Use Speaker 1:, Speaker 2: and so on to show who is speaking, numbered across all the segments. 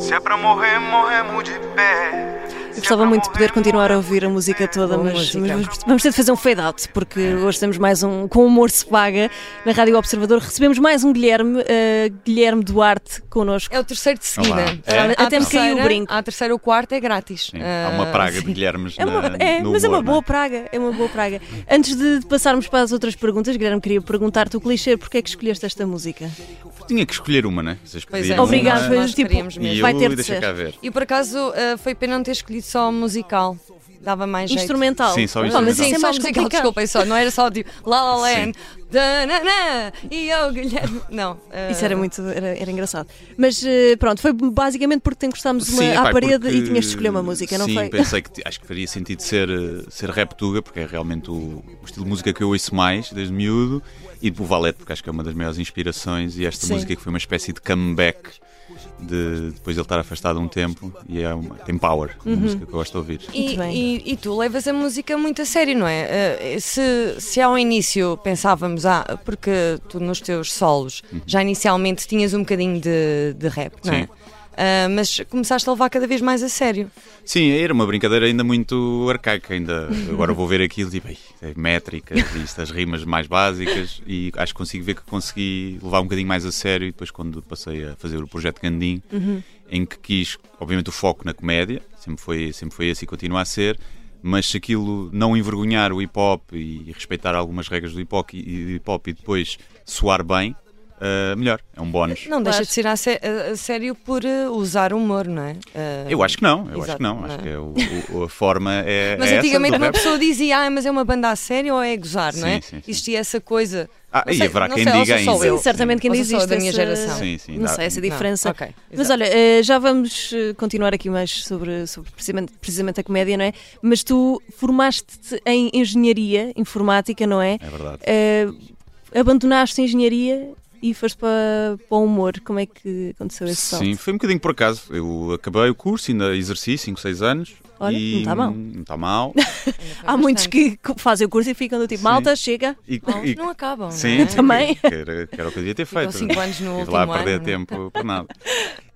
Speaker 1: Se é pra morrer, morremos de pé. é
Speaker 2: Eu gostava muito de poder continuar a ouvir a música toda,
Speaker 3: Boa
Speaker 2: mas,
Speaker 3: música.
Speaker 2: mas vamos, vamos ter de fazer um fade out, porque hoje estamos mais um com humor se paga na Rádio Observador. Recebemos mais um Guilherme, eh, Guilherme Duarte connosco.
Speaker 3: É o terceiro de seguida.
Speaker 4: Olá.
Speaker 3: Tá bem?
Speaker 4: É?
Speaker 2: Até me caiu o brinco.
Speaker 3: À terceira, o quarto é grátis.
Speaker 4: Sim, há uma
Speaker 3: Ah, sim.
Speaker 4: praga de Guilhermes
Speaker 2: É uma-
Speaker 4: na,
Speaker 2: é,
Speaker 4: no
Speaker 2: mas é uma
Speaker 4: humor, não
Speaker 2: boa praga, é uma boa praga. Antes de passarmos para as outras perguntas, Guilherme, queria perguntar-te o clichê, porque é que escolheste esta música?
Speaker 4: É Tinha que escolher uma, né? Vocês
Speaker 3: Pois é,
Speaker 4: pediram
Speaker 2: Obrigado,
Speaker 4: uma,
Speaker 2: foi
Speaker 3: nós
Speaker 2: tipo,
Speaker 3: queríamos mesmo.
Speaker 4: e
Speaker 2: vai
Speaker 4: eu,
Speaker 2: ter de
Speaker 4: deixa
Speaker 2: ser.
Speaker 4: cá ver.
Speaker 3: E por acaso ah, foi pena não ter escolhido só musical. Dava mais jeito.
Speaker 2: Instrumental.
Speaker 4: Sim, só
Speaker 2: Pá, Mas
Speaker 4: instrumental.
Speaker 2: isso
Speaker 3: Sim,
Speaker 2: é
Speaker 3: só
Speaker 2: mais
Speaker 3: musical,
Speaker 2: complicado.
Speaker 3: desculpem só, não era só tipo La La Land, dananã, e eu, Guilherme. Não. ah,
Speaker 2: Isso era muito era, era engraçado. Mas eh, pronto, foi basicamente porque te encostámos uma
Speaker 4: Sim,
Speaker 2: à
Speaker 4: epá,
Speaker 2: parede
Speaker 4: porque-
Speaker 2: e tinhas de escolher uma música, não
Speaker 4: sim,
Speaker 2: foi?
Speaker 4: pensei que acho que faria sentido ser, eh, ser rap tuga, porque é realmente o, o estilo de música que eu ouço mais desde miúdo, e o valete, porque acho que é uma das maiores inspirações, e esta
Speaker 2: Sim.
Speaker 4: música que foi uma espécie de comeback de depois de ele estar afastado um tempo, e é uma, tem power, uma
Speaker 2: Uhum.
Speaker 4: música que eu gosto de ouvir.
Speaker 3: E,
Speaker 2: Muito bem.
Speaker 3: e- e tu levas a música muito a sério, não é? Uh, Se, se ao início pensávamos, ah, porque tu nos teus solos já inicialmente tinhas um bocadinho de, de rap, não é?
Speaker 4: Uhum. Sim.
Speaker 3: Ah, mas começaste a levar cada vez mais a sério.
Speaker 4: Sim, era uma brincadeira ainda muito arcaica. Ainda agora vou ver aquilo tipo, "Ei, é métricas, isto, as rimas mais básicas, e acho que consigo ver que consegui levar um bocadinho mais a sério. E depois, quando passei a fazer o projeto Gandim,
Speaker 3: Uhum.
Speaker 4: em que quis, obviamente, o foco na comédia, sempre foi, sempre foi esse e continua a ser. Mas se aquilo não envergonhar o hip hop e respeitar algumas regras do hip hop e, e do hip -hop, e depois soar bem, ah, melhor, é um bónus.
Speaker 3: Não deixa
Speaker 2: Claro.
Speaker 3: de ser a, sé- a- a sério por uh, usar humor, não é? Ah,
Speaker 4: Eu acho que não, eu acho
Speaker 3: Exato,
Speaker 4: que não.
Speaker 3: não é?
Speaker 4: Acho que é o- o- a forma é.
Speaker 3: Mas
Speaker 4: é essa
Speaker 3: antigamente
Speaker 4: do
Speaker 3: uma
Speaker 4: rap.
Speaker 3: pessoa dizia, ah, mas é uma banda a sério ou é gozar, não é?
Speaker 4: Sim, sim, sim.
Speaker 3: Existia essa coisa.
Speaker 4: Ah,
Speaker 3: Não
Speaker 4: e
Speaker 3: sei-
Speaker 4: haverá
Speaker 3: não
Speaker 4: quem
Speaker 3: sei, ou
Speaker 4: diga
Speaker 3: sou só
Speaker 4: ainda.
Speaker 3: eu.
Speaker 2: Sim, certamente que ainda
Speaker 3: Ou só
Speaker 2: existe
Speaker 3: da minha
Speaker 2: essa-
Speaker 3: geração.
Speaker 4: Sim, sim,
Speaker 2: não
Speaker 4: dá-
Speaker 2: sei, essa
Speaker 3: Não,
Speaker 2: diferença.
Speaker 3: ok,
Speaker 2: Mas
Speaker 3: exato.
Speaker 2: olha, eh, já vamos eh, continuar aqui mais sobre, sobre precisamente, precisamente a comédia, não é? Mas tu formaste-te em engenharia informática, não é?
Speaker 4: É verdade.
Speaker 2: Eh, abandonaste a engenharia e foste para, para o humor. Como é que aconteceu esse salto?
Speaker 4: Sim, foi um bocadinho por acaso. Eu acabei o curso, ainda exerci 5, 6 anos.
Speaker 2: Olha,
Speaker 4: e...
Speaker 2: não está mal.
Speaker 4: Não está mal.
Speaker 2: Há muitos que co- fazem o curso e ficam do tipo,
Speaker 4: Sim.
Speaker 2: malta, chega.
Speaker 4: E,
Speaker 3: Alguns não acabam,
Speaker 4: Sim,
Speaker 3: não é?
Speaker 4: sim,
Speaker 2: Também.
Speaker 4: Que era, que era o que eu devia ter feito.
Speaker 3: cinco anos no
Speaker 4: Estive lá a
Speaker 3: último
Speaker 4: perder
Speaker 3: ano, não é?
Speaker 4: tempo por nada.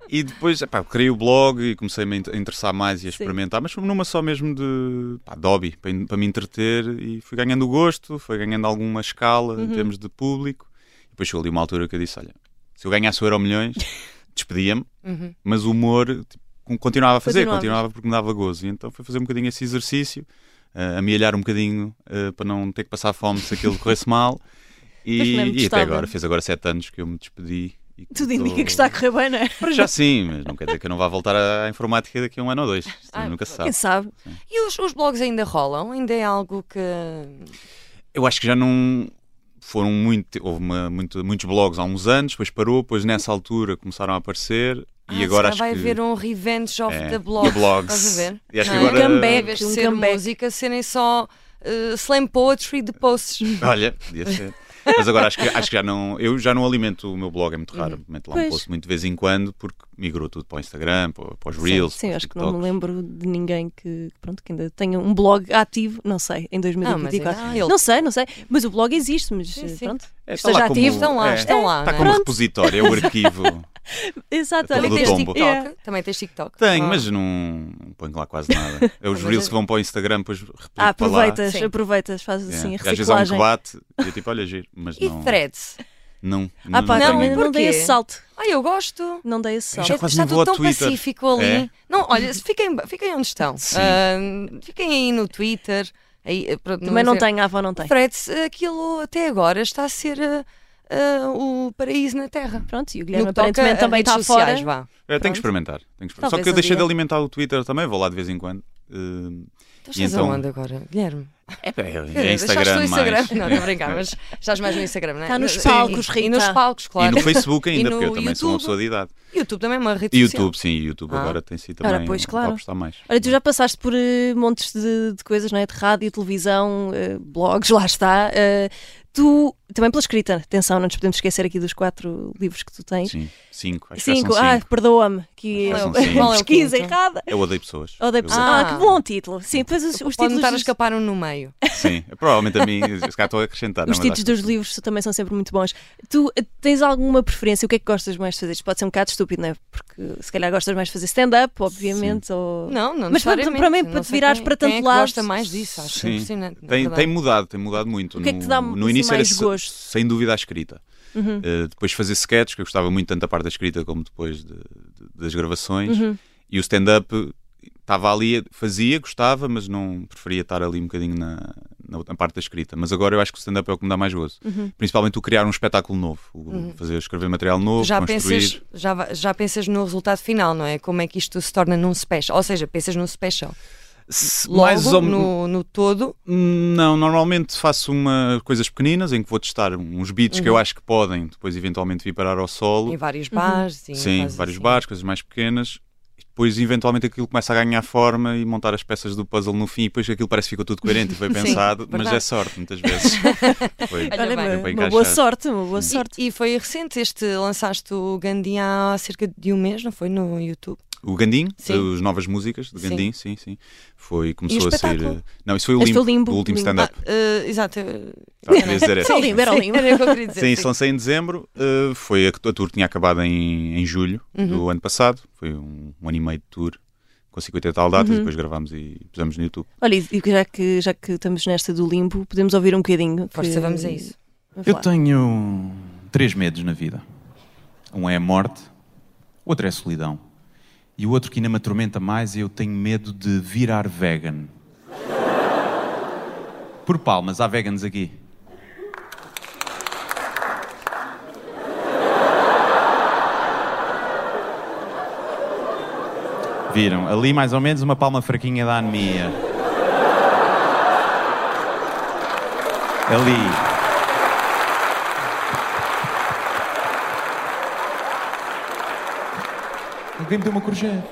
Speaker 4: E depois, epá, criei o blog e comecei-me a in- a interessar mais e a experimentar, mas foi numa só mesmo de, pá, de hobby, para, in- para me entreter e fui ganhando gosto, foi ganhando alguma escala
Speaker 3: Uhum.
Speaker 4: em termos de público. Depois chegou ali uma altura que eu disse, olha, se eu ganhasse o Euro Milhões, despedia-me,
Speaker 3: Uhum.
Speaker 4: mas o humor tipo, con- continuava a fazer,
Speaker 2: Continuavas.
Speaker 4: continuava porque me dava gozo. E então foi fazer um bocadinho esse exercício, eh, amealhar um bocadinho eh, para não ter que passar fome se aquilo corresse mal.
Speaker 2: Mas
Speaker 4: E,
Speaker 2: não é muito
Speaker 4: e até
Speaker 2: estável.
Speaker 4: agora, fez agora sete anos que eu me despedi. e que
Speaker 2: Tudo
Speaker 4: estou-
Speaker 2: indica que está a correr bem, não é?
Speaker 4: Para já sim, mas não quer dizer que eu não vá voltar à informática daqui a um ano ou dois. Isto
Speaker 3: Ah,
Speaker 4: nunca se
Speaker 2: Quem
Speaker 4: sabe.
Speaker 2: sabe?
Speaker 3: E os, os blogs ainda rolam? Ainda é algo que.
Speaker 4: Eu acho que já não. Foram muito. Houve uma- muito- muitos blogs há uns anos, depois parou, depois nessa altura começaram a aparecer.
Speaker 3: Ah,
Speaker 4: e
Speaker 3: se
Speaker 4: agora
Speaker 3: calhar
Speaker 4: acho
Speaker 3: vai
Speaker 4: que.
Speaker 3: haver um revenge of
Speaker 4: É,
Speaker 3: the blogs.
Speaker 4: de blogs.
Speaker 3: Estás a ver?
Speaker 4: E acho que
Speaker 3: Não é?
Speaker 4: agora- Um comeback,
Speaker 3: Em vez de
Speaker 2: um
Speaker 3: ser
Speaker 2: comeback.
Speaker 3: música, serem só eh, slam poetry de posts.
Speaker 2: um.
Speaker 4: Olha, podia ser. Mas agora acho que, acho que já não. Eu já não alimento o meu blog, é muito raro. Meto lá um
Speaker 2: Uhum. Pois.
Speaker 4: post muito de vez em quando, porque migrou tudo para o Instagram, para, para os Reels.
Speaker 2: Sim,
Speaker 4: para os
Speaker 2: acho que não me
Speaker 4: TikToks.
Speaker 2: lembro de ninguém que, pronto, que ainda tenha um blog ativo, não sei, em
Speaker 3: Ah, mas
Speaker 2: 2024.
Speaker 3: então ele-
Speaker 2: Não sei, não sei, mas o blog existe, mas
Speaker 3: Sim, sim.
Speaker 2: pronto.
Speaker 4: É, está
Speaker 2: Esteja
Speaker 4: lá como-
Speaker 2: ativo,
Speaker 3: estão lá,
Speaker 4: é,
Speaker 3: estão lá,
Speaker 4: Está
Speaker 3: não é?
Speaker 4: como
Speaker 2: Pronto.
Speaker 4: repositório, é o arquivo.
Speaker 2: Exato,
Speaker 4: Eu
Speaker 2: olha,
Speaker 3: Também
Speaker 4: do
Speaker 3: tens tipo, TikTok.
Speaker 2: tens
Speaker 4: tombo.
Speaker 2: TikTok. É.
Speaker 3: Também tens TikTok.
Speaker 4: Tenho,
Speaker 3: Ah.
Speaker 4: mas não, não ponho lá quase nada. É os
Speaker 3: Mas
Speaker 4: reels
Speaker 3: é-
Speaker 4: que vão para o Instagram, depois replico
Speaker 2: Ah,
Speaker 4: para lá.
Speaker 2: aproveitas,
Speaker 3: Sim.
Speaker 2: aproveitas, fazes
Speaker 4: É.
Speaker 2: assim a
Speaker 4: E Às vezes há um que
Speaker 2: reciclagem.
Speaker 4: bate e eu tipo, olha, giro, mas
Speaker 3: E
Speaker 4: não.
Speaker 3: threads?
Speaker 4: Não,
Speaker 2: Ah, pá,
Speaker 3: Não,
Speaker 4: tenho.
Speaker 2: também não,
Speaker 3: porquê?
Speaker 2: dei esse salto.
Speaker 3: Ah, eu gosto.
Speaker 2: Não dei esse
Speaker 4: Eu
Speaker 2: salto.
Speaker 4: já quase
Speaker 3: Está
Speaker 4: nem vou
Speaker 3: tudo
Speaker 4: ao
Speaker 3: tão
Speaker 4: Twitter.
Speaker 3: pacífico ali.
Speaker 4: É.
Speaker 3: Não, olha, se fiquem, fiquem onde estão.
Speaker 4: Sim.
Speaker 3: Ah, fiquem aí no Twitter. Aí, eh, pronto,
Speaker 2: Também não
Speaker 3: Instagram.
Speaker 2: tenho, a avó não tem.
Speaker 3: Freds, aquilo até agora está a ser ah, ah, o paraíso na Terra.
Speaker 2: Pronto, e o
Speaker 3: No
Speaker 2: Guilherme
Speaker 3: que toca
Speaker 2: aparentemente
Speaker 3: a
Speaker 2: também
Speaker 3: redes
Speaker 2: está
Speaker 3: sociais,
Speaker 2: fora.
Speaker 3: Vá.
Speaker 4: É, tenho
Speaker 2: Pronto.
Speaker 4: que experimentar. Tenho que experimentar. Só
Speaker 2: Talvez
Speaker 4: que eu
Speaker 2: um
Speaker 4: deixei
Speaker 2: dia.
Speaker 4: de alimentar o Twitter também, vou lá de vez em quando. Eh,
Speaker 3: Tu
Speaker 4: E
Speaker 3: estás
Speaker 4: então-
Speaker 3: aonde agora, Guilherme?
Speaker 4: É, é,
Speaker 3: Quer dizer,
Speaker 4: Instagram,
Speaker 3: deixaste o Instagram.
Speaker 4: mais.
Speaker 3: Não, estou a brincar, mas estás mais no Instagram, não é?
Speaker 2: Está nos
Speaker 3: E-
Speaker 2: palcos,
Speaker 3: E,
Speaker 2: Rita.
Speaker 3: e nos palcos,
Speaker 4: E
Speaker 3: claro.
Speaker 4: no Facebook ainda,
Speaker 3: E no
Speaker 4: porque eu também sou uma
Speaker 3: YouTube.
Speaker 4: pessoa de idade.
Speaker 3: YouTube também é uma rede
Speaker 4: E
Speaker 3: social.
Speaker 4: YouTube, sim, e YouTube
Speaker 3: Ah.
Speaker 4: agora tem sido
Speaker 2: Ora,
Speaker 4: também.
Speaker 2: pois,
Speaker 4: um-
Speaker 2: claro.
Speaker 4: vou apostar mais.
Speaker 2: Olha, tu já passaste por eh, montes de, de coisas, não é? De rádio, televisão, eh, blogs, lá está. Eh, tu Também pela escrita, atenção, não nos podemos esquecer aqui dos quatro livros que tu tens.
Speaker 4: Sim, cinco. Acho
Speaker 2: Cinco,
Speaker 4: que já são
Speaker 2: ah,
Speaker 4: cinco.
Speaker 2: perdoa-me, que
Speaker 4: Acho
Speaker 2: eu
Speaker 4: que são cinco. Qual
Speaker 3: é o
Speaker 2: pesquisa
Speaker 3: quinto?
Speaker 2: errada.
Speaker 4: Eu odeio pessoas.
Speaker 2: Odeio
Speaker 4: Eu
Speaker 2: pessoas.
Speaker 3: Ah.
Speaker 2: Ah, que bom título. Sim, depois os, os
Speaker 3: Pode
Speaker 2: títulos,
Speaker 3: estar a
Speaker 2: dos,
Speaker 3: escapar um no meio.
Speaker 4: Sim, provavelmente a mim, se calhar estou a acrescentar.
Speaker 2: os
Speaker 4: não, é mas
Speaker 2: títulos
Speaker 4: acho
Speaker 2: dos
Speaker 4: que-
Speaker 2: livros também são sempre muito bons. Tu eh, tens alguma preferência? O que é que gostas mais de fazer? Isto pode ser um bocado estúpido, não é? Porque se calhar gostas mais de fazer stand-up, obviamente. Ou...
Speaker 3: Não, não
Speaker 2: Mas para-
Speaker 3: necessariamente.
Speaker 2: para mim,
Speaker 3: Não
Speaker 2: para te
Speaker 3: sei
Speaker 2: virares
Speaker 3: quem-
Speaker 2: para
Speaker 3: quem
Speaker 2: tanto
Speaker 3: é que
Speaker 2: lado-
Speaker 3: gosta mais disso, acho
Speaker 4: Sim.
Speaker 3: impressionante. na
Speaker 4: Tem,
Speaker 3: verdade.
Speaker 4: tem mudado, tem mudado muito.
Speaker 2: é O que é que
Speaker 4: No-
Speaker 2: te dá,
Speaker 4: No
Speaker 2: assim,
Speaker 4: início
Speaker 2: mais
Speaker 4: era se-
Speaker 2: gosto? Uhum.
Speaker 4: sem dúvida a escrita. Uh, depois fazer sketches, que eu gostava muito tanto da parte da escrita como depois de- de- das gravações.
Speaker 2: Uhum.
Speaker 4: E o stand-up estava ali, fazia, gostava, mas não preferia estar ali um bocadinho na, na, outra- na parte da escrita. Mas agora eu acho que o stand-up é o que me dá mais gozo.
Speaker 2: Uhum.
Speaker 4: Principalmente o criar um espetáculo novo, o fazer escrever material novo,
Speaker 3: já
Speaker 4: construir.
Speaker 3: pensas, já, va- já pensas no resultado final, não é? Como é que isto se torna num special? Ou seja, pensas num special.
Speaker 4: Se-
Speaker 3: Logo,
Speaker 4: mais ou-
Speaker 3: no, no todo,
Speaker 4: Não, normalmente faço uma, coisas pequeninas em que vou testar uns beats que eu acho que podem depois eventualmente vir parar ao solo.
Speaker 3: Uhum. em vários
Speaker 2: Uhum.
Speaker 3: bares. e
Speaker 4: Sim,
Speaker 3: coisas
Speaker 4: vários
Speaker 3: assim.
Speaker 4: bares, coisas mais pequenas. E depois, eventualmente, aquilo começa a ganhar forma e montar as peças do puzzle no fim. E depois aquilo parece que ficou tudo coerente e foi pensado, mas
Speaker 3: verdade.
Speaker 4: é sorte, muitas vezes. Foi.
Speaker 3: Olha
Speaker 2: Olha,
Speaker 3: bem,
Speaker 2: uma,
Speaker 4: deu para
Speaker 2: uma boa
Speaker 4: encaixar.
Speaker 2: sorte, uma boa sorte.
Speaker 3: E, e foi recente este, lançaste o Gandim há cerca de um mês, não foi? No YouTube.
Speaker 4: O Gandim,
Speaker 3: Sim.
Speaker 4: as novas músicas do
Speaker 3: Sim.
Speaker 4: Gandim, sim, sim. Foi, começou
Speaker 3: E o
Speaker 4: a ser.
Speaker 3: espetáculo?
Speaker 4: eh, Não, isso foi o
Speaker 2: Este
Speaker 4: Limbo,
Speaker 2: foi o Limbo,
Speaker 4: do último
Speaker 2: Limbo.
Speaker 4: stand-up.
Speaker 3: Ah, eh, exato. eu-
Speaker 4: Estava a querer Tá. dizer
Speaker 2: Só
Speaker 4: essa.
Speaker 2: o Limbo, era o Limbo.
Speaker 3: Era o que eu queria dizer.
Speaker 4: Sim,
Speaker 3: sim.
Speaker 4: isso lancei em dezembro. eh, foi a, que a tour tinha acabado em, em julho do ano passado. Foi um, um ano e meio de tour com 50 e tal datas. Depois gravámos e pusemos no YouTube.
Speaker 2: Olha, e e já que, já que estamos nesta do limbo, podemos ouvir um bocadinho. que-
Speaker 3: Força, vamos a isso.
Speaker 2: Vamos
Speaker 5: Eu
Speaker 2: lá.
Speaker 5: tenho três medos na vida. Um é a morte, o outro é a solidão. E o outro que ainda me atormenta mais é eu tenho medo de virar vegan. Por palmas, há vegans aqui. Viram? Ali mais ou menos uma palma fraquinha da anemia. Ali. Alguém me deu uma corjete.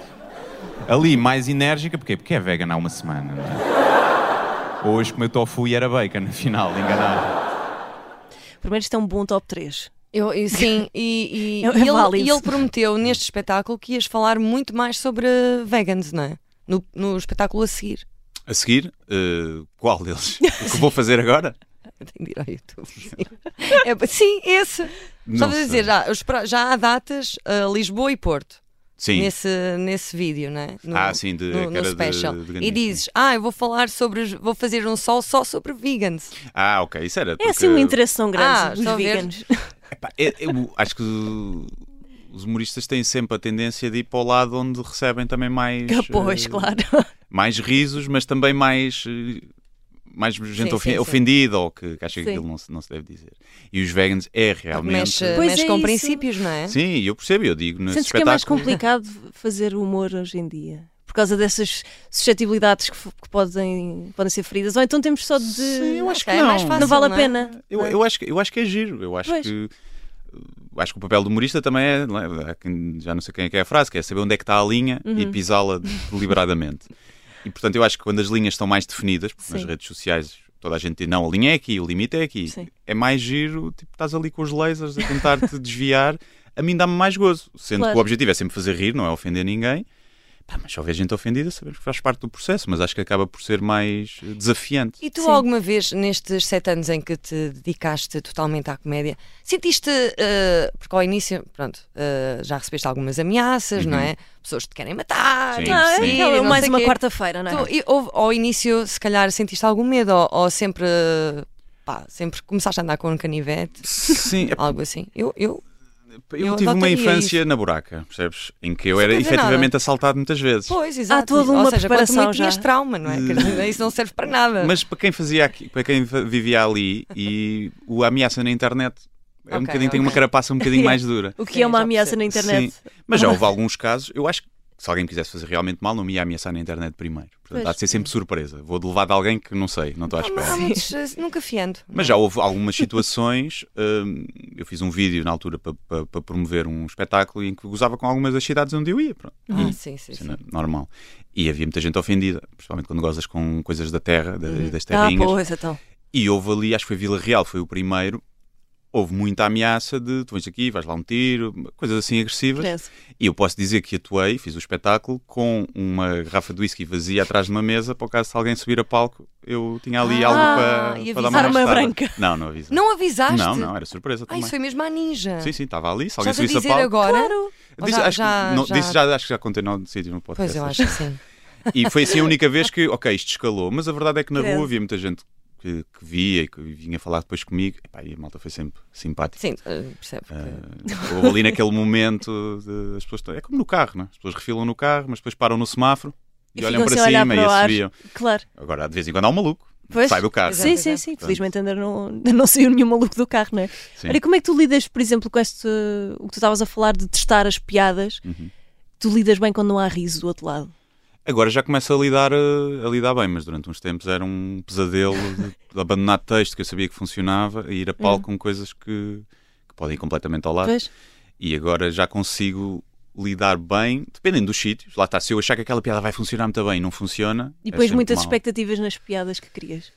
Speaker 5: Ali, mais enérgica, porquê? Porque é vegan há uma semana. não é? Hoje comeu tofu e era bacon, afinal, enganado.
Speaker 2: Primeiro, isto é um bom top 3.
Speaker 3: Eu, e sim, e, e-
Speaker 2: É- é
Speaker 3: e ele,
Speaker 2: válido.
Speaker 3: e ele prometeu neste espetáculo que ias falar muito mais sobre vegans, não é? No, no espetáculo a seguir.
Speaker 4: A seguir, eh, qual deles? o que vou fazer agora?
Speaker 3: Eu tenho de ir ao YouTube. Sim, é, sim esse.
Speaker 4: Não
Speaker 3: Estavas a
Speaker 4: sei.
Speaker 3: dizer, já, os pra- já há datas ah, Lisboa e Porto.
Speaker 4: Sim.
Speaker 3: Nesse, nesse vídeo, não é? No,
Speaker 4: Ah, sim, de-
Speaker 3: no,
Speaker 4: que
Speaker 3: no
Speaker 4: era de-
Speaker 3: special.
Speaker 4: de
Speaker 3: e
Speaker 4: Gandim,
Speaker 3: dizes, ah, eu vou falar sobre. os- Vou fazer um sol só sobre vegans.
Speaker 4: Ah, ok, isso era.
Speaker 2: É assim um interesse tão grande
Speaker 3: Ah,
Speaker 2: dos
Speaker 3: estou a ver.
Speaker 2: veganos.
Speaker 4: Epá, eu, eu acho que o- os humoristas têm sempre a tendência de ir para o lado onde recebem também mais.
Speaker 2: Pois,
Speaker 4: eh,
Speaker 2: claro.
Speaker 4: Mais risos, mas também mais. eh, Mais gente
Speaker 3: Sim,
Speaker 4: ofen-
Speaker 3: sim, sim.
Speaker 4: ofendida ou que, que acha que
Speaker 2: Sim.
Speaker 4: aquilo não se, não se deve dizer. E os vegans é realmente.
Speaker 3: Mexe,
Speaker 2: Pois
Speaker 3: mexe
Speaker 2: é
Speaker 3: com
Speaker 2: isso.
Speaker 3: princípios, não é?
Speaker 4: Sim, eu percebo, eu digo nesse
Speaker 2: Sentes que é mais
Speaker 4: espetáculo.
Speaker 2: complicado fazer humor hoje em dia? Por causa dessas suscetibilidades que, f- que podem, podem ser feridas? Ou então temos só de.
Speaker 4: Sim, eu acho que
Speaker 3: Ok, é mais
Speaker 4: não.
Speaker 3: fácil,
Speaker 2: não vale a
Speaker 3: é?
Speaker 2: pena.
Speaker 4: Eu, eu, acho que, eu acho que é giro. Eu acho
Speaker 2: Pois.
Speaker 4: que. uh, Acho que o papel do humorista também é, não é? Há quem- já não sei quem é que é a frase, que é saber onde é que está a linha e
Speaker 2: Uhum.
Speaker 4: pisá-la deliberadamente. E portanto, eu acho que quando as linhas estão mais definidas, porque nas
Speaker 2: Sim.
Speaker 4: redes sociais toda a gente diz não, a linha é aqui, o limite é aqui,
Speaker 2: Sim.
Speaker 4: é mais giro, tipo, estás ali com os lasers a tentar-te desviar, a mim dá-me mais gozo. Sendo
Speaker 2: Claro.
Speaker 4: que o objetivo é sempre fazer rir, não é ofender ninguém. Pá, mas se houver gente ofendida, sabemos que faz parte do processo, mas acho que acaba por ser mais eh, desafiante.
Speaker 3: E tu
Speaker 2: Sim.
Speaker 3: alguma vez, nestes sete anos em que te dedicaste totalmente à comédia, sentiste, eh, porque ao início, pronto, eh, já recebeste algumas ameaças, não é? Pessoas que te querem matar,
Speaker 4: Uhum. Sim,
Speaker 3: e
Speaker 4: sim.
Speaker 2: Ah,
Speaker 3: perseguir,
Speaker 2: então,
Speaker 3: e não
Speaker 2: mais
Speaker 3: sei
Speaker 2: uma
Speaker 3: quê.
Speaker 2: quarta-feira, não é?
Speaker 3: Tu, e houve- ao início, se calhar, sentiste algum medo ou, ou sempre, eh, pá, sempre começaste a andar com um canivete,
Speaker 4: Sim, é
Speaker 3: algo assim. Eu, eu
Speaker 4: Eu,
Speaker 3: Eu
Speaker 4: tive uma
Speaker 3: adotaria
Speaker 4: infância na buraca, percebes? Em que eu era
Speaker 3: quer dizer
Speaker 4: efetivamente assaltado muitas vezes.
Speaker 3: pois, exato.
Speaker 2: toda
Speaker 3: ou
Speaker 2: uma
Speaker 3: seja,
Speaker 2: preparação
Speaker 3: quanto muito
Speaker 2: já.
Speaker 3: tinhas trauma, não é? Quer dizer, Isso não serve para nada.
Speaker 4: Mas para quem fazia aqui, para quem fa- vivia ali e o a ameaça na internet é um
Speaker 3: Ok,
Speaker 4: bocadinho, tem uma
Speaker 3: ok.
Speaker 4: carapaça um bocadinho mais dura.
Speaker 2: O que
Speaker 3: Sim,
Speaker 2: é uma
Speaker 3: já
Speaker 2: ameaça na internet?
Speaker 4: Sim. Mas já houve alguns casos, eu acho que se alguém me quisesse fazer realmente mal, não me ia ameaçar na internet primeiro. Portanto,
Speaker 2: Pois.
Speaker 4: há de ser sempre surpresa. Vou de levar de alguém que não sei, não estou à
Speaker 3: Há
Speaker 4: espera.
Speaker 3: muitos, eh, nunca fiando.
Speaker 4: Mas já houve algumas situações. hum, eu fiz um vídeo na altura para, para- para promover um espetáculo em que gozava com algumas das cidades onde eu ia. Pronto. E-
Speaker 3: Ah, sim, sim, sim.
Speaker 4: cena normal. E havia muita gente ofendida, principalmente quando gozas com coisas da terra, da- das
Speaker 3: Uhum.
Speaker 2: Ah,
Speaker 4: terrinhas.
Speaker 2: pois, então.
Speaker 4: e houve ali, acho que foi Vila Real, foi o primeiro, houve muita ameaça de tu vens aqui, vais lá um tiro, coisas assim agressivas.
Speaker 2: Parece.
Speaker 4: E eu posso dizer que atuei, fiz o espetáculo com uma garrafa de whisky vazia atrás de uma mesa, para o caso de alguém subir a palco, eu tinha ali
Speaker 3: Ah,
Speaker 4: algo
Speaker 3: e
Speaker 4: para, para dar uma
Speaker 2: avisaram-me.
Speaker 4: arrastada.
Speaker 2: Arma branca.
Speaker 4: Não, não aviso.
Speaker 3: Não avisaste?
Speaker 4: Não, não, era surpresa
Speaker 3: Ah,
Speaker 4: também.
Speaker 3: isso foi mesmo à ninja.
Speaker 4: Sim, sim, estava ali. Se alguém
Speaker 3: Estás a
Speaker 4: subisse a
Speaker 3: dizer
Speaker 4: palco.
Speaker 3: agora? Ou
Speaker 4: Disse,
Speaker 3: já-
Speaker 4: acho,
Speaker 3: já-
Speaker 4: que, não,
Speaker 3: já-
Speaker 4: disse já, acho que já contei no sítio no podcast.
Speaker 3: Pois eu acho que sim.
Speaker 4: E foi assim a única vez que, ok, isto escalou, mas a verdade é que na
Speaker 2: Credo.
Speaker 4: rua havia muita gente que, que via e que vinha falar depois comigo. Epá, e a malta foi sempre simpática.
Speaker 3: Sim, eh, percebo.
Speaker 2: É
Speaker 3: que-
Speaker 4: Ah, houve ali naquele momento de- as pessoas. É como no carro, não é? As pessoas refilam no carro, mas depois param no semáforo e,
Speaker 2: E
Speaker 4: olham
Speaker 2: ficam
Speaker 4: para
Speaker 2: sem olhar
Speaker 4: cima
Speaker 2: para
Speaker 4: e
Speaker 2: o ar.
Speaker 4: assobiam.
Speaker 2: Claro.
Speaker 4: Agora, de vez em quando há um maluco. que
Speaker 2: Pois, é.
Speaker 4: Sai do carro.
Speaker 3: exato.
Speaker 2: Sim, sim, sim. Felizmente ainda não, ainda não saiu nenhum maluco do carro, não é?
Speaker 4: Sim.
Speaker 2: Olha, como é que tu lidas, por exemplo, com este. O que tu estavas a falar de testar as piadas?
Speaker 4: Uhum.
Speaker 2: Tu lidas bem quando não há riso do outro lado.
Speaker 4: Agora já começa a lidar, eh, a lidar bem, mas durante uns tempos era um pesadelo de, de abandonar texto que eu sabia que funcionava e ir a palco com coisas que, que podem ir completamente ao lado.
Speaker 2: Hum. Pois?
Speaker 4: E agora já consigo lidar bem, dependendo dos sítios. Lá está, se eu achar que aquela piada vai funcionar muito bem e não funciona.
Speaker 2: E
Speaker 4: é
Speaker 2: pões
Speaker 4: sempre
Speaker 2: muitas
Speaker 4: mal.
Speaker 2: expectativas nas piadas que crias.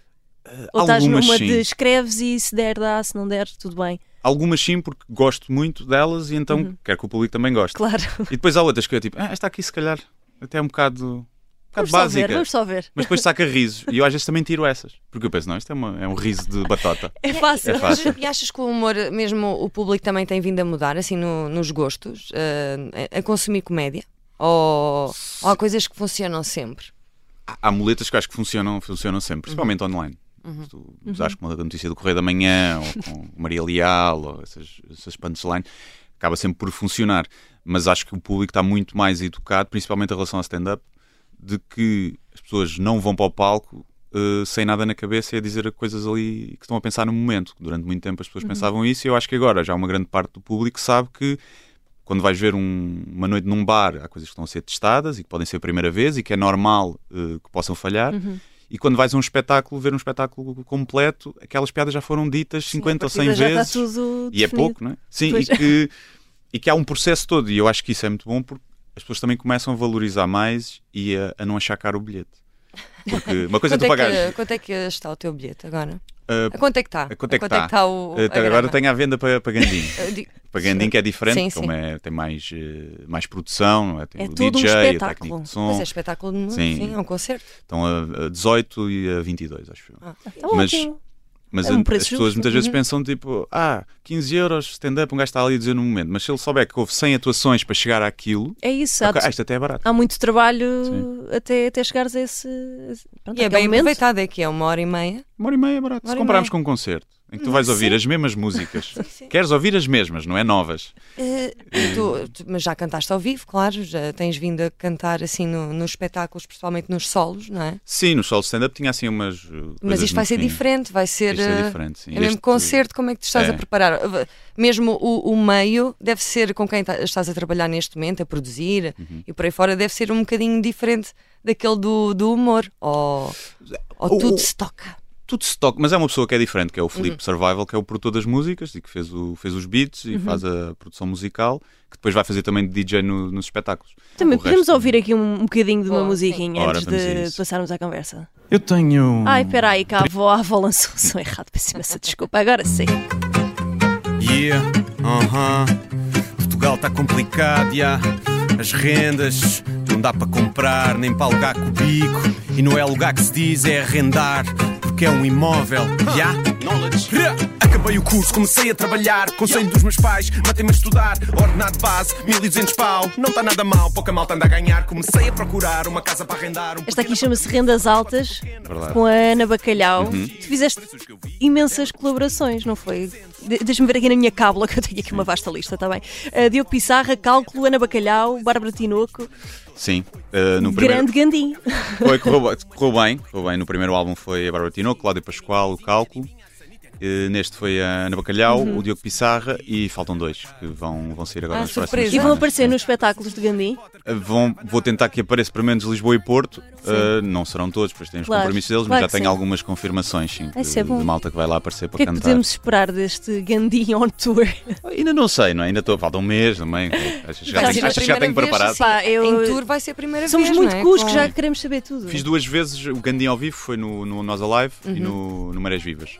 Speaker 2: Ou estás
Speaker 4: algumas
Speaker 2: numa
Speaker 4: sim.
Speaker 2: de escreves e se der, dá, se não der, tudo bem.
Speaker 4: Algumas sim, porque gosto muito delas e então quero que o público também goste.
Speaker 2: Uhum. Claro.
Speaker 4: E depois há outras que eu tipo, ah, esta aqui se calhar até é um bocado, um bocado
Speaker 2: Vamos só ver,
Speaker 4: básica.
Speaker 2: vamos só ver.
Speaker 4: Mas depois saca risos. E eu às vezes também tiro essas. Porque eu penso, não, isto é, uma- é um riso de batota.
Speaker 2: É fácil.
Speaker 4: É fácil.
Speaker 3: E achas que o humor, mesmo o público também tem vindo a mudar, assim, no- nos gostos, eh, a consumir comédia? Ou, ou há coisas que funcionam sempre?
Speaker 4: Há- Há muletas que eu acho que funcionam, funcionam sempre,
Speaker 2: Uhum.
Speaker 4: principalmente online. Se Tu usares como a notícia do Correio da Manhã, ou com Maria Leal, ou essas, essas punchlines, acaba sempre por funcionar. Mas acho que o público está muito mais educado, principalmente em relação ao stand-up, de que as pessoas não vão para o palco eh, sem nada na cabeça e a dizer coisas ali que estão a pensar no momento. Durante muito tempo as
Speaker 2: Uhum.
Speaker 4: pessoas pensavam isso e eu acho que agora já uma grande parte do público sabe que quando vais ver um- uma noite num bar, há coisas que estão a ser testadas e que podem ser a primeira vez e que é normal eh, que possam falhar.
Speaker 2: Uhum.
Speaker 4: E quando vais a um espetáculo, ver um espetáculo completo, aquelas piadas já foram ditas 50 ou 100
Speaker 2: já
Speaker 4: vezes.
Speaker 2: Está tudo
Speaker 4: E é
Speaker 2: definido.
Speaker 4: pouco, não é? Sim, e
Speaker 2: Pois.
Speaker 4: que, e que há um processo todo, e eu acho que isso é muito bom porque as pessoas também começam a valorizar mais e a, a não achar caro o bilhete. Porque uma coisa é
Speaker 3: Quanto
Speaker 4: tu pagares.
Speaker 3: é, que, quanto é que está o teu bilhete agora?
Speaker 4: ah,
Speaker 3: A quanto é que está?
Speaker 4: A quanto é que
Speaker 3: está
Speaker 4: está?
Speaker 3: o.
Speaker 4: até
Speaker 3: a
Speaker 4: agora
Speaker 3: grama?
Speaker 4: tem à venda para, para Gandim.
Speaker 3: Eu digo-
Speaker 4: Para Gandim que é diferente,
Speaker 3: Sim, sim.
Speaker 4: como é, tem mais, eh, mais produção, não é? tem
Speaker 2: É
Speaker 4: o
Speaker 2: todo um
Speaker 4: DJ, o
Speaker 2: espetáculo.
Speaker 4: técnico de
Speaker 3: Mas
Speaker 4: som.
Speaker 3: é espetáculo de novo,
Speaker 4: Sim.
Speaker 3: sim, é um concerto.
Speaker 4: Estão a, a 18 e a 22, acho eu.
Speaker 3: Ah.
Speaker 2: Tá
Speaker 4: Mas-
Speaker 2: ótimo.
Speaker 4: Mas
Speaker 2: É um
Speaker 4: an-
Speaker 2: preço
Speaker 4: as pessoas
Speaker 2: justo.
Speaker 4: muitas vezes pensam tipo, ah, 15 euros stand-up, um gajo está ali a dizer no momento, mas se ele souber que houve 100 atuações para chegar àquilo,
Speaker 2: É isso, há,
Speaker 4: ok, ah, isto até é barato.
Speaker 2: há muito trabalho até, até chegares a esse. Pronto,
Speaker 3: E é
Speaker 2: àquele
Speaker 3: bem
Speaker 2: momento.
Speaker 3: aproveitado, é que é uma hora e meia.
Speaker 4: Uma hora e meia é barato.
Speaker 3: Uma hora e
Speaker 4: Se compararmos
Speaker 3: meia. Hum,
Speaker 4: com um concerto em que tu vais ouvir as mesmas músicas,
Speaker 3: sim.
Speaker 4: queres ouvir as mesmas, não é novas.
Speaker 3: Eh,
Speaker 4: Hum.
Speaker 3: tu- tu- mas já cantaste ao vivo, claro, já tens vindo a cantar assim no- nos espetáculos, principalmente nos solos, não é?
Speaker 4: Sim, no solo stand-up tinha assim umas. uh,
Speaker 3: Mas
Speaker 4: coisas
Speaker 3: isto vai
Speaker 4: no
Speaker 3: ser
Speaker 4: fim.
Speaker 3: diferente, vai ser.
Speaker 4: Isto é
Speaker 3: eh,
Speaker 4: diferente, sim.
Speaker 3: É mesmo
Speaker 4: Este-
Speaker 3: concerto, como é que tu estás
Speaker 4: É.
Speaker 3: a preparar? Eh, Mesmo o, o meio deve ser com quem ta- estás a trabalhar neste momento, a produzir
Speaker 4: Uhum.
Speaker 3: e por aí fora, deve ser um bocadinho diferente daquele do, do humor. Ou, ou
Speaker 4: O-
Speaker 3: tudo
Speaker 4: o-
Speaker 3: se toca.
Speaker 4: tudo se toca, mas é uma pessoa que é diferente,
Speaker 3: Uhum.
Speaker 4: que é o Filipe Survival, que é o produtor das músicas e que fez, o, fez os beats
Speaker 3: Uhum.
Speaker 4: e faz a produção musical, que depois vai fazer também de DJ no- nos espetáculos.
Speaker 2: Também
Speaker 4: O
Speaker 2: podemos
Speaker 4: resto-
Speaker 2: ouvir aqui um, um bocadinho de uma
Speaker 3: Boa,
Speaker 2: musiquinha
Speaker 4: sim. Ora,
Speaker 2: antes
Speaker 4: vamos a
Speaker 2: de
Speaker 4: isso. um
Speaker 2: passarmos à conversa.
Speaker 5: Eu tenho.
Speaker 2: Ai, peraí, cá a avó, a avó lançou o som errado para cima, essa desculpa. Agora sim.
Speaker 5: Yeah, aham. Portugal está complicado, já. As rendas não dá para comprar, nem para alugar cubico. E não é alugar que se diz, é arrendar, porque é um imóvel, já. Ra! Acabei o curso, comecei a trabalhar. Conselho dos meus pais, matei-me a estudar. Ordenado base, 1200 pau. Não
Speaker 6: tá
Speaker 5: está nada mal, pouca malta anda a ganhar. Comecei a procurar uma casa para arrendar. Um
Speaker 2: Esta aqui
Speaker 5: pequeno
Speaker 2: chama-se Rendas Altas, com a Ana Bacalhau.
Speaker 4: Uhum.
Speaker 2: Tu fizeste imensas colaborações, não foi? De- Deixa-me ver aqui na minha cábula, que eu tenho aqui uma vasta lista, está bem? Ah, Diogo Pissarra, Cálculo, Ana Bacalhau, Bárbara Tinoco,
Speaker 4: Sim, eh, no primeiro.
Speaker 2: Grande Gandim.
Speaker 4: Foi, correu, correu bem, correu bem. No primeiro álbum foi a Bárbara Tinoco, Cláudio Pascoal, o Cálculo. Eh, neste foi a Ana Bacalhau,
Speaker 2: Uhum.
Speaker 4: o Diogo Pissarra e faltam dois que vão, vão sair
Speaker 3: Ah,
Speaker 4: agora nas próximas
Speaker 3: surpresa.
Speaker 2: E vão
Speaker 4: semanas.
Speaker 2: aparecer nos espetáculos de Gandim.
Speaker 4: Eh, vão- vou tentar que apareça pelo menos Lisboa e Porto. Eh, não serão todos, pois temos
Speaker 2: Claro,
Speaker 4: compromissos deles,
Speaker 2: claro que
Speaker 4: mas já
Speaker 2: sim.
Speaker 4: tenho algumas confirmações sim, de,
Speaker 2: Isso é bom.
Speaker 4: de malta que vai lá aparecer
Speaker 2: O
Speaker 4: para
Speaker 2: que é que
Speaker 4: cantar.
Speaker 2: podemos esperar deste Gandim on tour?
Speaker 4: Ainda não sei, não é? Ainda estou. Falta um mês também. Acho que já
Speaker 3: Vai
Speaker 4: tenho,
Speaker 3: ser a
Speaker 4: acho que já
Speaker 3: primeira vez,
Speaker 4: tenho preparado.
Speaker 3: assim,
Speaker 2: Pá, eu-
Speaker 3: Em tour vai ser a primeira
Speaker 2: Somos
Speaker 3: vez.
Speaker 2: muito
Speaker 3: não é?
Speaker 2: cuscos,
Speaker 3: Com-
Speaker 2: já queremos saber tudo. Uhum.
Speaker 4: Fiz duas vezes o Gandim ao vivo, foi no, no Nós Alive e no, no Marés Vivas.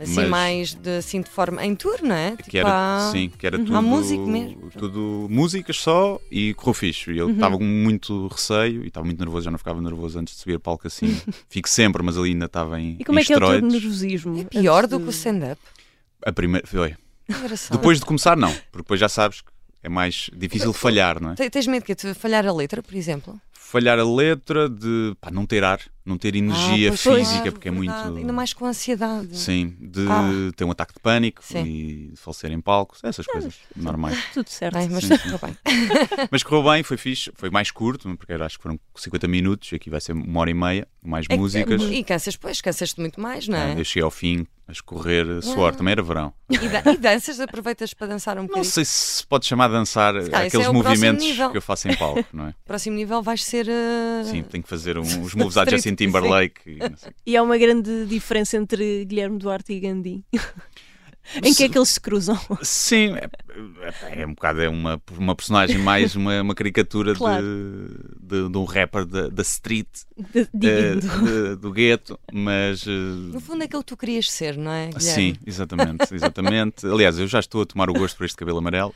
Speaker 3: Assim,
Speaker 4: Mas-
Speaker 3: mais de, assim, de forma em tour, não é? Tipo,
Speaker 4: que era,
Speaker 3: à-
Speaker 4: sim, que era
Speaker 3: Uhum.
Speaker 4: tudo,
Speaker 3: à música mesmo.
Speaker 4: tudo músicas só e corroficho.
Speaker 2: Uhum.
Speaker 4: E eu estava com muito receio e estava muito nervoso, já não ficava nervoso antes de subir ao palco assim. Fico sempre, mas ali ainda estava em
Speaker 2: E como é que é o teu
Speaker 4: esteroides.
Speaker 2: nervosismo?
Speaker 3: Pior
Speaker 2: Antes
Speaker 3: do
Speaker 2: de-
Speaker 3: que o stand-up.
Speaker 4: A primeira, foi.
Speaker 3: Engraçado.
Speaker 4: Depois de começar, não, porque depois já sabes que é mais difícil falhar, não é?
Speaker 3: Te- Tens medo que te falhar a letra, por exemplo?
Speaker 4: Falhar a letra de pá, não ter ar, não ter energia
Speaker 3: Ah, pois,
Speaker 4: física,
Speaker 3: claro,
Speaker 4: porque é muito.
Speaker 3: verdade. Ainda mais com ansiedade.
Speaker 4: Sim, de
Speaker 3: Ah.
Speaker 4: ter um ataque de pânico
Speaker 3: Sim.
Speaker 4: e falecer em palcos, essas coisas normais.
Speaker 2: Tudo certo.
Speaker 3: Ai, mas
Speaker 4: Sim,
Speaker 3: tá bem.
Speaker 4: Mas correu bem, foi fixe, foi mais curto, porque era- acho que foram 50 minutos, aqui vai ser uma hora e meia, mais
Speaker 3: É que-
Speaker 4: músicas.
Speaker 3: E cansas, pois, cansas-te muito mais, não
Speaker 4: Ah,
Speaker 3: é?
Speaker 4: Eu cheguei ao fim a escorrer
Speaker 3: Ah.
Speaker 4: suor, também era verão.
Speaker 3: E, da- e danças, aproveitas para dançar um
Speaker 4: Não
Speaker 3: bocadinho.
Speaker 4: sei se se pode chamar dançar
Speaker 3: calhar esse
Speaker 4: aqueles
Speaker 3: é o próximo
Speaker 4: movimentos
Speaker 3: nível.
Speaker 4: que eu faço em palco, não é?
Speaker 3: O próximo nível vais ser. eh,
Speaker 4: Sim, tenho que fazer um- uns moves à Justin
Speaker 3: Sim.
Speaker 4: Timberlake. e não sei.
Speaker 2: E há uma grande diferença entre Guilherme Duarte e Gandhi. em que é que eles se cruzam?
Speaker 4: Sim, é- é, é um bocado é uma, uma personagem mais uma, uma caricatura de-
Speaker 2: Claro.
Speaker 4: de, de um rapper da, da street,
Speaker 2: De-
Speaker 4: eh,
Speaker 2: Divido.
Speaker 4: de- do gueto, mas eh,
Speaker 3: No fundo, é aquilo que tu querias ser, não é? Guilherme?
Speaker 4: Sim, exatamente, exatamente. Aliás, eu já estou a tomar o gosto por este cabelo amarelo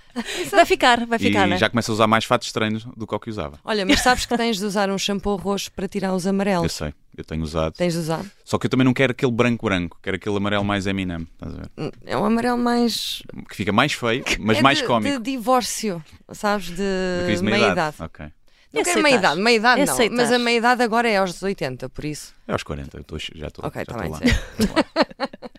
Speaker 2: Vai ficar, vai ficar,
Speaker 4: Eh, e
Speaker 2: né?
Speaker 4: já começo a usar mais fatos estranhos do que o que usava.
Speaker 3: Olha, mas sabes que tens de usar um shampoo roxo para tirar os
Speaker 4: Eu
Speaker 3: amarelos.
Speaker 4: sei, eu tenho usado.
Speaker 3: Tens de usar.
Speaker 4: Só que eu também não quero aquele branco branco, quero aquele amarelo mais Eminem, estás a ver?
Speaker 3: É um amarelo mais.
Speaker 4: Que fica mais feio, mas
Speaker 3: é
Speaker 4: mais
Speaker 3: de,
Speaker 4: cómico.
Speaker 3: De divórcio, sabes?
Speaker 4: De
Speaker 3: De
Speaker 4: crise de
Speaker 3: meia-idade.
Speaker 4: Ok.
Speaker 3: Não
Speaker 2: Aceitar.
Speaker 3: quero meia-idade, meia-idade
Speaker 2: É
Speaker 3: não.
Speaker 2: aceitar.
Speaker 3: Mas a meia-idade agora é aos 80, por isso.
Speaker 4: É aos 40, eu estou- já estou
Speaker 3: Ok,
Speaker 4: já
Speaker 3: tá
Speaker 4: estou
Speaker 3: bem,
Speaker 4: lá.
Speaker 3: sim.
Speaker 4: Estou lá.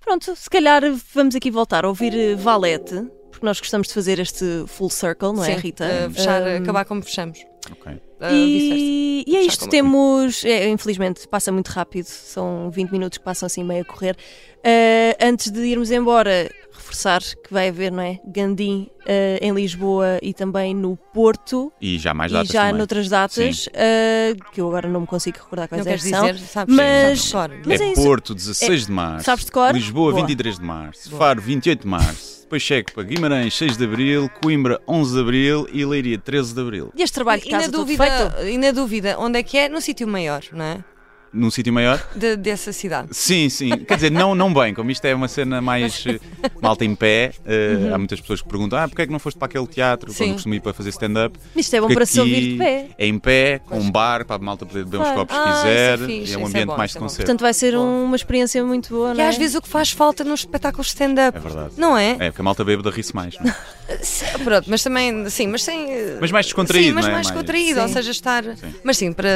Speaker 2: Pronto, se calhar vamos aqui voltar a ouvir eh, Valete, porque nós gostamos de fazer este full circle, não é,
Speaker 3: Sim,
Speaker 2: Rita?
Speaker 3: eh, fechar,
Speaker 2: Ah,
Speaker 3: acabar como fechamos.
Speaker 4: Ok.
Speaker 3: Ah, vice-versa.
Speaker 2: E, e é
Speaker 3: Fechar
Speaker 2: isto,
Speaker 3: como-
Speaker 2: temos. é, infelizmente, passa muito rápido, são 20 minutos que passam assim meio a correr. Ah, antes de irmos embora, reforçar que vai haver, não é? Gandim ah, em Lisboa e também no Porto.
Speaker 4: E já mais
Speaker 2: E
Speaker 4: datas
Speaker 2: já
Speaker 4: também.
Speaker 2: noutras datas, ah, que eu agora não me consigo recordar quais
Speaker 3: Não
Speaker 2: é que
Speaker 3: queres
Speaker 2: são.
Speaker 3: dizer, sabes?
Speaker 2: mas-
Speaker 3: sabes de cor.
Speaker 2: Mas
Speaker 4: é
Speaker 2: é isso.
Speaker 4: Porto, 16 de março.
Speaker 2: Sabes de cor?
Speaker 4: Lisboa,
Speaker 2: Boa.
Speaker 4: 23 de março. Faro, 28 de março. Depois chego para Guimarães, 6 de abril. Coimbra, 11 de abril. E Leiria, 13 de abril.
Speaker 2: E este trabalho de
Speaker 3: E na,
Speaker 2: casa todo
Speaker 3: dúvida,
Speaker 2: feito?
Speaker 3: e na dúvida, onde é que é? No sítio maior, não é?
Speaker 4: Num sítio maior?
Speaker 3: De- dessa cidade.
Speaker 4: Sim, sim. Quer dizer, não, não bem, como isto é uma cena mais eh, malta em pé, eh,
Speaker 2: Uhum.
Speaker 4: há muitas pessoas que perguntam: ah, porque é que não foste para aquele teatro
Speaker 3: Sim.
Speaker 4: quando costumo ir para fazer stand-up?
Speaker 2: Isto é bom
Speaker 4: Porque
Speaker 2: para se ouvir
Speaker 4: aqui
Speaker 2: de pé.
Speaker 4: É em pé, com um bar, para a malta poder beber uns
Speaker 2: Claro.
Speaker 4: copos
Speaker 3: Ah,
Speaker 4: se
Speaker 3: isso é
Speaker 4: quiser.
Speaker 3: fixe,
Speaker 4: é um
Speaker 3: isso é
Speaker 4: ambiente
Speaker 3: bom,
Speaker 4: mais
Speaker 3: isso é
Speaker 4: de
Speaker 3: bom.
Speaker 4: concerto.
Speaker 2: Portanto, vai ser um- uma experiência muito boa,
Speaker 3: Que
Speaker 2: não é?
Speaker 3: às vezes o que faz falta nos espetáculos de stand-up.
Speaker 4: É verdade.
Speaker 3: Não é?
Speaker 4: É, porque a malta bêbada ri-se mais. não é?
Speaker 3: Sim, Pronto, mas também, sim, mas sem. eh,
Speaker 4: Mas mais descontraído,
Speaker 3: Sim, mas
Speaker 4: não é?
Speaker 3: mais
Speaker 4: Mais-
Speaker 3: descontraído, ou seja, estar. Mas sim, para,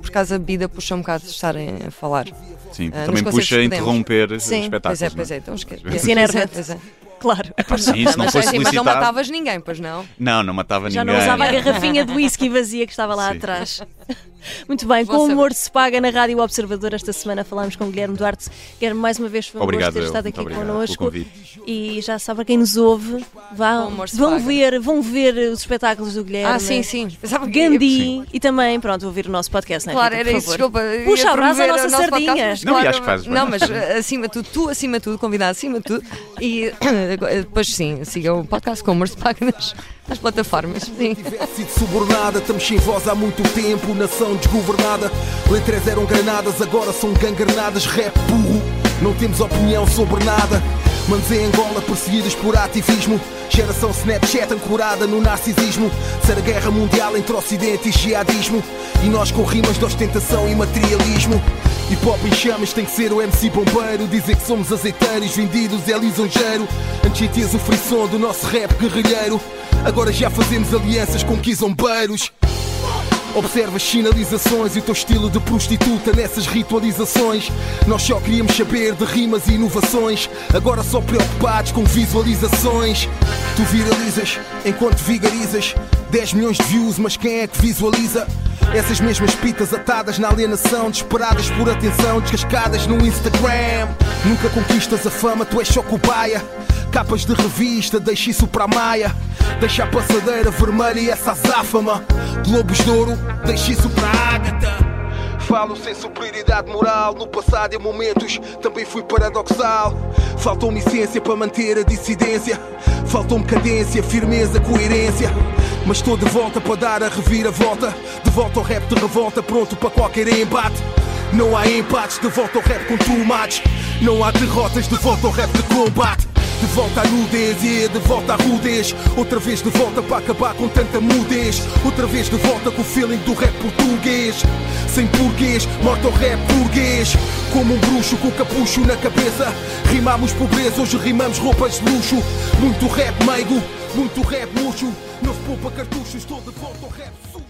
Speaker 3: por causa da bebida, puxa um bocado de estarem a falar.
Speaker 4: Sim,
Speaker 3: Ah, nos
Speaker 4: também
Speaker 3: concertos
Speaker 4: puxa a
Speaker 3: podemos.
Speaker 4: interromper os
Speaker 2: Sim,
Speaker 4: espetáculos.
Speaker 3: Pois é,
Speaker 4: não
Speaker 3: pois é, então esquece.
Speaker 4: vezes.
Speaker 2: Sim, enerva-te.
Speaker 3: Pois é, pois é.
Speaker 2: Claro.
Speaker 4: Pá, sim, se não
Speaker 3: Mas, assim,
Speaker 4: foi
Speaker 3: mas não
Speaker 4: solicitado.
Speaker 3: matavas ninguém, pois não?
Speaker 4: Não, não matava
Speaker 2: Já não
Speaker 4: ninguém.
Speaker 2: usava a garrafinha de whisky vazia que estava lá
Speaker 4: Sim.
Speaker 2: atrás. Muito bem, com o
Speaker 3: saber.
Speaker 2: humor se paga na Rádio Observador. Esta semana falámos com o Guilherme Duarte. Guilherme, mais uma vez foi um
Speaker 4: Obrigado,
Speaker 2: gosto ter
Speaker 4: eu.
Speaker 2: estado aqui
Speaker 4: Muito obrigado
Speaker 2: connosco.
Speaker 4: pelo convite.
Speaker 2: E já sabe, para quem nos ouve, vá,
Speaker 3: Com o humor se
Speaker 2: vão,
Speaker 3: paga.
Speaker 2: ver, vão ver os espetáculos do Guilherme.
Speaker 3: Ah, sim, sim. Pensava que-
Speaker 2: Gandhi e também, pronto, ouvir o nosso podcast, não é,
Speaker 3: Claro, era
Speaker 2: Rita, por
Speaker 3: isso,
Speaker 2: favor.
Speaker 3: desculpa. eu ia
Speaker 2: Puxa, abraça a
Speaker 3: promover
Speaker 2: nossa
Speaker 3: o nosso
Speaker 2: sardinha.
Speaker 3: podcast, mas
Speaker 4: Não, e
Speaker 3: claro,
Speaker 4: acho que fazes bem.
Speaker 3: Não, mas eh, acima de tudo, tu acima de tudo, convidado acima de tudo. E eh, depois sim, siga o podcast com o Humor de Páginas nas plataformas. Sim.
Speaker 6: tivesse sido subornada, estamos sem voz há muito tempo, nação desgovernada. Letras eram granadas, agora são gangranadas, rap burro. Não temos opinião sobre nada. Manos em Angola perseguidos por ativismo. Geração Snapchat ancorada no narcisismo. Terceira guerra mundial entre Ocidente e jihadismo. E nós com rimas de ostentação e materialismo. Hip hop em chamas tem que ser o MC bombeiro Dizer que somos azeiteiros, vendidos é lisonjeiro Antes tinhas o frisson do nosso rap guerrilheiro Agora já fazemos alianças com quizombeiros Observa as sinalizações e o teu estilo de prostituta nessas ritualizações. Nós só queríamos saber de rimas e inovações, agora só preocupados com visualizações. Tu viralizas enquanto vigarizas 10 milhões de views, mas quem é que visualiza? Essas mesmas pitas atadas na alienação, desesperadas por atenção, descascadas no Instagram. Nunca conquistas a fama, tu és só cobaia. Capas de revista, deixa isso para a Maia. Deixa a passadeira vermelha e essa azáfama. Globos de ouro, deixa isso para a Ágata. Falo sem superioridade moral, no passado em momentos também fui paradoxal. Faltou-me essência para manter a dissidência. Faltou-me cadência, firmeza, coerência. Mas estou de volta para dar a reviravolta. De volta ao rap de revolta, pronto para qualquer embate. Não há empates, de volta ao rap com tomates. Não há derrotas, de volta ao rap de combate. De volta à nudez, e de volta à rudez. Outra vez de volta para acabar com tanta mudez. Outra vez de volta com o feeling do rap português. Sem burguês, morto ao rap burguês. Como um bruxo com o capucho na cabeça. Rimamos pobreza, hoje rimamos roupas de luxo. Muito rap meigo, muito rap murcho. Não se poupa cartuchos, estou de volta ao rap sujo.